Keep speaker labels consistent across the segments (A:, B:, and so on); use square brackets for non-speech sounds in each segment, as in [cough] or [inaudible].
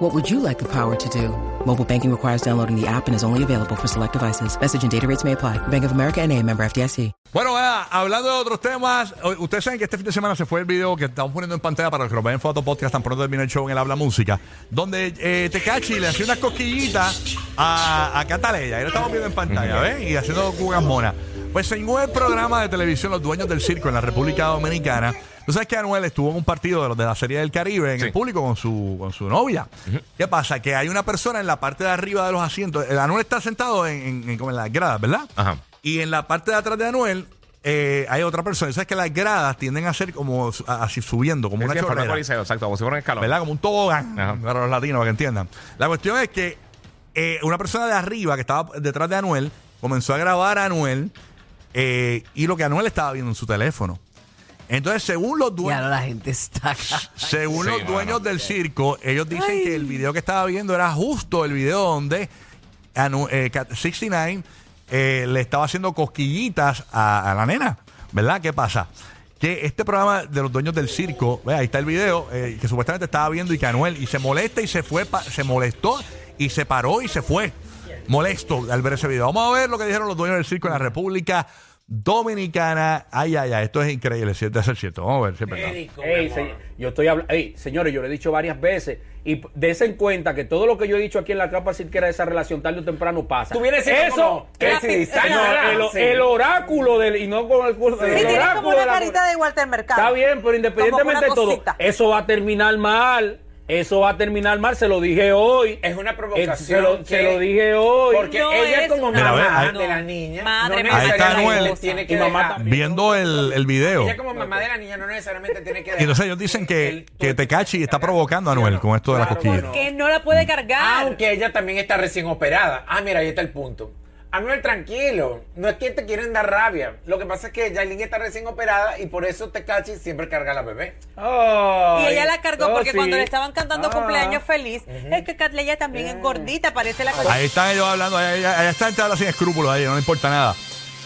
A: What would you like the power to do? Mobile banking requires downloading the app and is only available for select devices. Message and data rates may apply. Bank of America and a member FDIC.
B: Bueno, vea, hablando de otros temas, o- ustedes saben que este fin de semana se fue el video que estamos poniendo en pantalla para los que lo vean en Foto Podcast tan pronto termina el show en el Habla Música, donde eh, Tecachi le hacía unas cosquillitas a, a Cataleya, ahí lo estamos viendo en pantalla, ¿ves? Y haciendo cugas monas. Pues se inundó el programa de televisión Los Dueños del Circo en la República Dominicana. Tú sabes que Anuel estuvo en un partido de los de la Serie del Caribe en el público con su, con su novia. ¿Qué pasa? Que hay una persona en la parte de arriba de los asientos. El Anuel está sentado en, en- en- como en las gradas, ¿verdad?
C: Ajá.
B: Y en la parte de atrás de Anuel eh, hay otra persona. ¿Sabes que las gradas tienden a ser como su- a- así subiendo, como
C: Sí,
B: una
C: sí, en forma de
B: chorrera?
C: coliseo, exacto, como si fuera un escalón.
B: ¿Verdad? Como un tobogán
C: Ajá.
B: para los latinos, para que entiendan. La cuestión es que eh, una persona de arriba que estaba detrás de Anuel comenzó a grabar a Anuel eh, y lo que Anuel estaba viendo en su teléfono. Entonces, según los
D: Y
B: dueños,
D: ahora la gente está acá.
B: según
C: Sí,
B: los
C: mano.
B: dueños del circo, ellos dicen
D: Ay.
B: que el video que estaba viendo era justo el video donde Anu- eh, Cat 69 eh, le estaba haciendo cosquillitas a, a la nena. ¿Verdad? ¿Qué pasa? Que este programa de los dueños del circo, ve, ahí está el video, eh, que supuestamente estaba viendo y que Anuel y se molesta y se fue, pa- se molestó y se paró y se fue. Molesto al ver ese video. Vamos a ver lo que dijeron los dueños del circo en la República Dominicana. Ay, ay, ay, esto es increíble, si es de ser cierto. Vamos a ver, si es verdad.
E: Ey, se- yo estoy habla- ey, señores, yo lo he dicho varias veces. Y p- dese en cuenta que todo lo que yo he dicho aquí en la capa cirquera de esa relación tarde o temprano pasa.
F: Tú vienes siendo
E: Eso
F: como Casey Distan,
E: no,
F: ¿verdad?
E: el, o-
F: Sí.
E: el oráculo del. Y no con el curso
G: Sí,
E: el
G: tiene como
E: oráculo
G: una
E: de la-
G: carita de Walter Mercado.
E: Está bien, pero
G: Como
E: independientemente
G: una
E: de todo,
G: cosita.
E: eso va a terminar mal. Eso va a terminar mal, se lo dije hoy.
F: Es una
E: Eh,
F: provocación.
E: se, lo,
F: que-
E: se lo dije hoy.
F: Porque
G: No
F: ella
G: es
F: como
G: una
B: Mira, a ver,
F: mamá
B: ahí-
F: de la niña.
G: Madre
F: no
G: mía. Ahí está
F: necesariamente
B: Anuel.
F: Tiene que
E: Y mamá
F: dejar-
E: también.
B: Viendo el, el video.
F: Ella como mamá de la niña no necesariamente tiene que
B: Y entonces ellos dicen que- que Tekashi está provocando a Anuel con esto de la cosquilla.
F: cosquillas.
G: Que no la puede
E: Ah,
G: cargar.
F: Aunque ella también está recién operada. Ah, mira, ahí está el punto. Anuel, tranquilo. No es que te quieren dar rabia. Lo que pasa es que Yailin está recién operada y por eso Tecachi siempre carga a la bebé.
E: Ay,
G: y ella la cargó
E: oh,
G: porque
E: sí.
G: cuando le estaban cantando
E: Ah.
G: cumpleaños feliz, es que Catleya también es gordita, parece la cosa.
B: Ahí están ellos hablando, ahí, ahí- ahí está gente habla sin escrúpulos, ahí no le importa nada.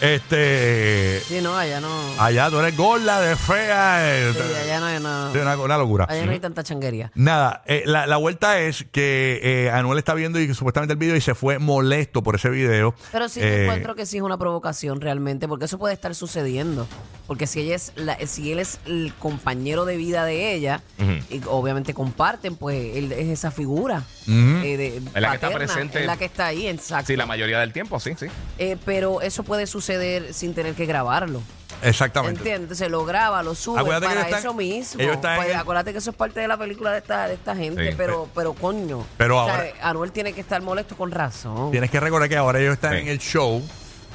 B: Este,
D: Sí, no, allá no.
C: Ah,
B: allá tú eres gorda, de fea, eh,
D: sí, allá no, hay nada-
B: de una, una locura.
D: allá no hay tanta changuería.
B: Nada, eh, la, la vuelta es que eh, Anuel está viendo y que supuestamente el video y se fue molesto por ese video.
D: Pero sí
B: Eh,
D: yo encuentro que sí es una provocación realmente, porque eso puede estar sucediendo. Porque si ella es la- si él es el compañero de vida de ella, y obviamente comparten, pues él es esa figura. eh, de-
C: Es la que está
D: paterna,
C: presente.
D: Es la que está ahí, exacto.
C: Sí, la mayoría del tiempo, sí, sí.
D: Eh, pero eso puede suceder sin tener que grabarlo.
B: Exactamente.
D: ¿Entiendes? Se lo graba, lo sube
B: Acuérdate que
D: para
B: ellos están-
D: eso mismo.
B: ellos están en
D: Pues,
B: el-
D: acuérdate que eso es parte de la película de esta, de esta gente,
C: Sí,
D: pero, pero coño.
B: Pero
D: O sea,
B: ahora-
D: Anuel tiene que estar molesto con razón.
B: Tienes que recordar que ahora ellos están
C: Sí.
B: en el show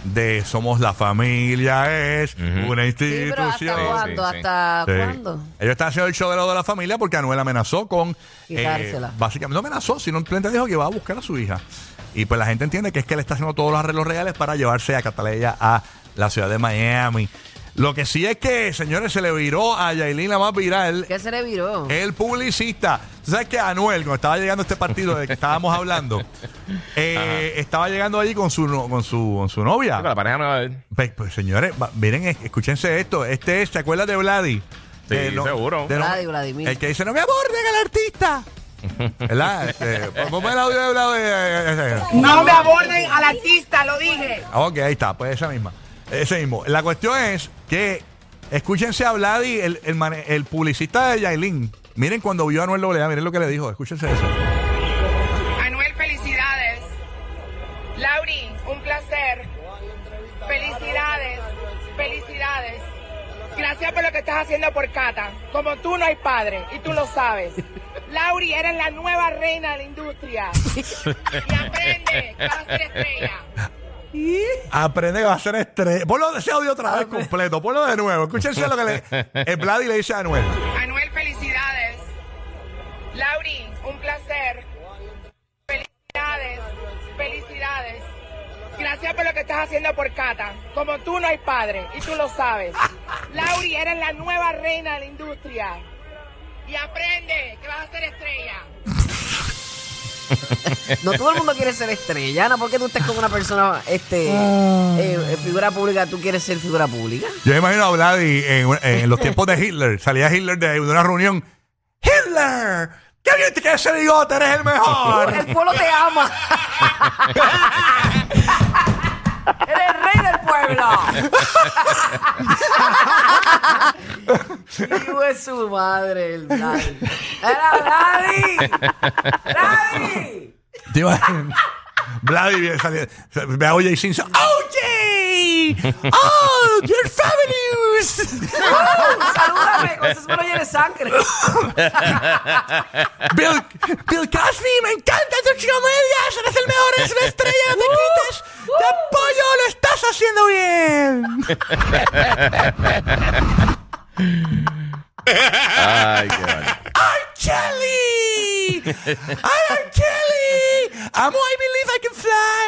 B: de Somos la Familia, es
C: Ujú.
B: una
D: Sí, pero
B: institución.
D: ¿hasta
C: Sí,
D: cuándo?
C: sí, sí.
D: ¿Hasta
B: Sí.
D: cuándo?
B: Ellos están haciendo el show de lo de la familia porque Anuel amenazó con. eh,
D: Quitársela.
B: básicamente, no amenazó, sino simplemente dijo que va a buscar a su hija. Y pues la gente entiende que es que le está haciendo todos los arreglos reales para llevarse a Cataleya a la ciudad de Miami. Lo que sí es que, señores, se le viró a Yailin la más viral.
D: ¿Qué se le viró?
B: El publicista. Tú sabes que Anuel, cuando estaba llegando a este partido de que estábamos hablando, eh, estaba llegando allí con su, no- con su, con su novia.
C: Pero la pareja no.
B: Pues, pues, señores, va- miren, es- escúchense esto. Este es, ¿se acuerdan de Vladi?
C: Sí,
B: De no-
C: seguro.
B: no-
D: Vladi, Vladimir.
B: El que dice, no me aborden al
C: [laughs]
B: artista. ¿Verdad? Este, ponme el audio de Vladi. eh, eh, eh.
H: No me aborden al artista, lo dije.
B: Ok, ahí está, pues esa misma. Ese mismo. La cuestión es que escúchense a Vladi, el, el, mane- el publicista de Yailin. Miren cuando vio a Anuel Doblea, miren lo que le dijo, escúchense eso.
H: Anuel, felicidades. Lauri, un placer. Felicidades, felicidades. Gracias por lo que estás haciendo por Cata. Como tú no hay padre y tú lo sabes. Lauri, eres la nueva reina de la industria. Y aprende, que vas a ser estrella.
B: Aprende que va a ser estrella. Ponlo ese audio otra vez completo, ponlo de nuevo. Escúchense lo que le, el Vladi le dice a Anuel.
H: Anuel, felicidades. Lauri, un placer. Felicidades, felicidades. Gracias Gracias por lo que estás haciendo por Cata. Como tú no hay padre, y tú lo sabes. Lauri, eres la nueva reina de la industria. Y aprende que vas a ser estrella.
D: No todo el mundo quiere ser estrella, Ana. ¿Por qué tú estás con una persona, este,
B: Ah.
D: eh, eh, figura pública? ¿Tú quieres ser figura pública?
B: Yo me imagino a Vladi en, en los tiempos de Hitler. Salía Hitler de, de una reunión. ¡Hitler! ¡Qué bien te quieres ser bigote! ¡Eres el mejor!
D: El pueblo te ama. [laughs] Eres el rey del pueblo. [laughs] Hijo de su madre, el Vladi. ¡Era Vladi! ¡Vladi!
B: Te iba Vladi viene saliendo. Ve a OJ Simpson. ¡OJ! ¡Oh, your fabulous!
D: ¡Uh! ¡Salúdame! Con eso se me llene sangre.
B: Bill, Bill Cosby, me encanta tu comedia. Eres el mejor, eres una estrella, no te quites. Te apoyo, lo estás haciendo bien.
C: Ay, qué bueno.
B: I'm Kelly! I'm Kelly! Amo, I believe I can fly.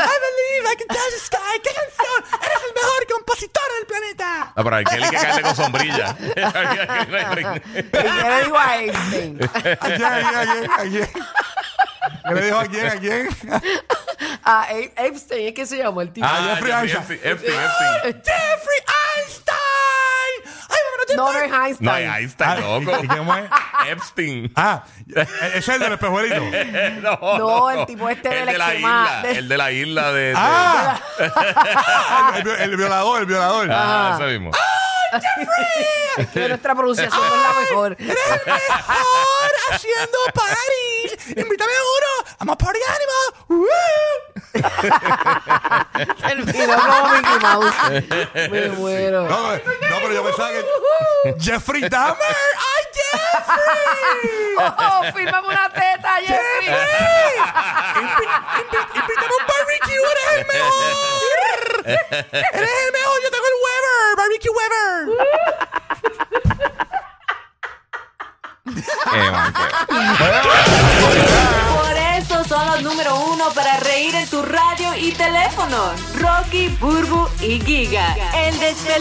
B: I believe I can touch the sky. ¡Qué canción! ¡Eres el mejor compositor del planeta!
C: Ah, pero hay que hay que caerle
B: [laughs]
C: con sombrilla. [laughs] Ah,
B: Ah,
D: Y yo le digo a Einstein.
B: ¿A quién, a quién, a quién? ¿Qué le dijo a quién, a quién?
D: A Ein- Einstein, es que se llama el tipo.
B: Ah, Jeffrey
C: ya,
B: Einstein.
C: Jeffrey, Epstein, Epstein.
B: ¡Jeffrey Einstein! ¡Ay, mamá,
D: no, no es Einstein.
C: No, ahí está,
B: Ah, ¿Y
C: loco.
B: cómo es? [laughs]
C: Epstein. [laughs]
B: Ah, ese es el del espejuelito. [laughs]
C: No,
D: No, el tipo este de
C: el
D: la
C: de la
D: esquema-
C: isla.
D: de-
C: El de la isla de. de-
B: ¡Ah! el, vi- el violador, el violador.
C: Ah, ese mismo.
D: Que nuestra pronunciación no es la mejor.
B: mejor haciendo parties. Invítame a uno. I'm a party animal. Woo.
D: Terminó como Mickey Mouse. Me muero. [laughs]
B: No, no, pero yo pensaba que Jeffrey Dahmer. Ay, Jeffrey.
D: ¡Oh, fírmame una teta, Jeffrey!
B: Invi- Invítame a un barbecue. Eres el mejor. Eres el mejor. Yo tengo el Weber. Barbecue Weber.
C: Eh, man, qué-
G: Por eso son los número uno para reír en tu radio y teléfono. Rocky, Burbu y Giga. El despelote.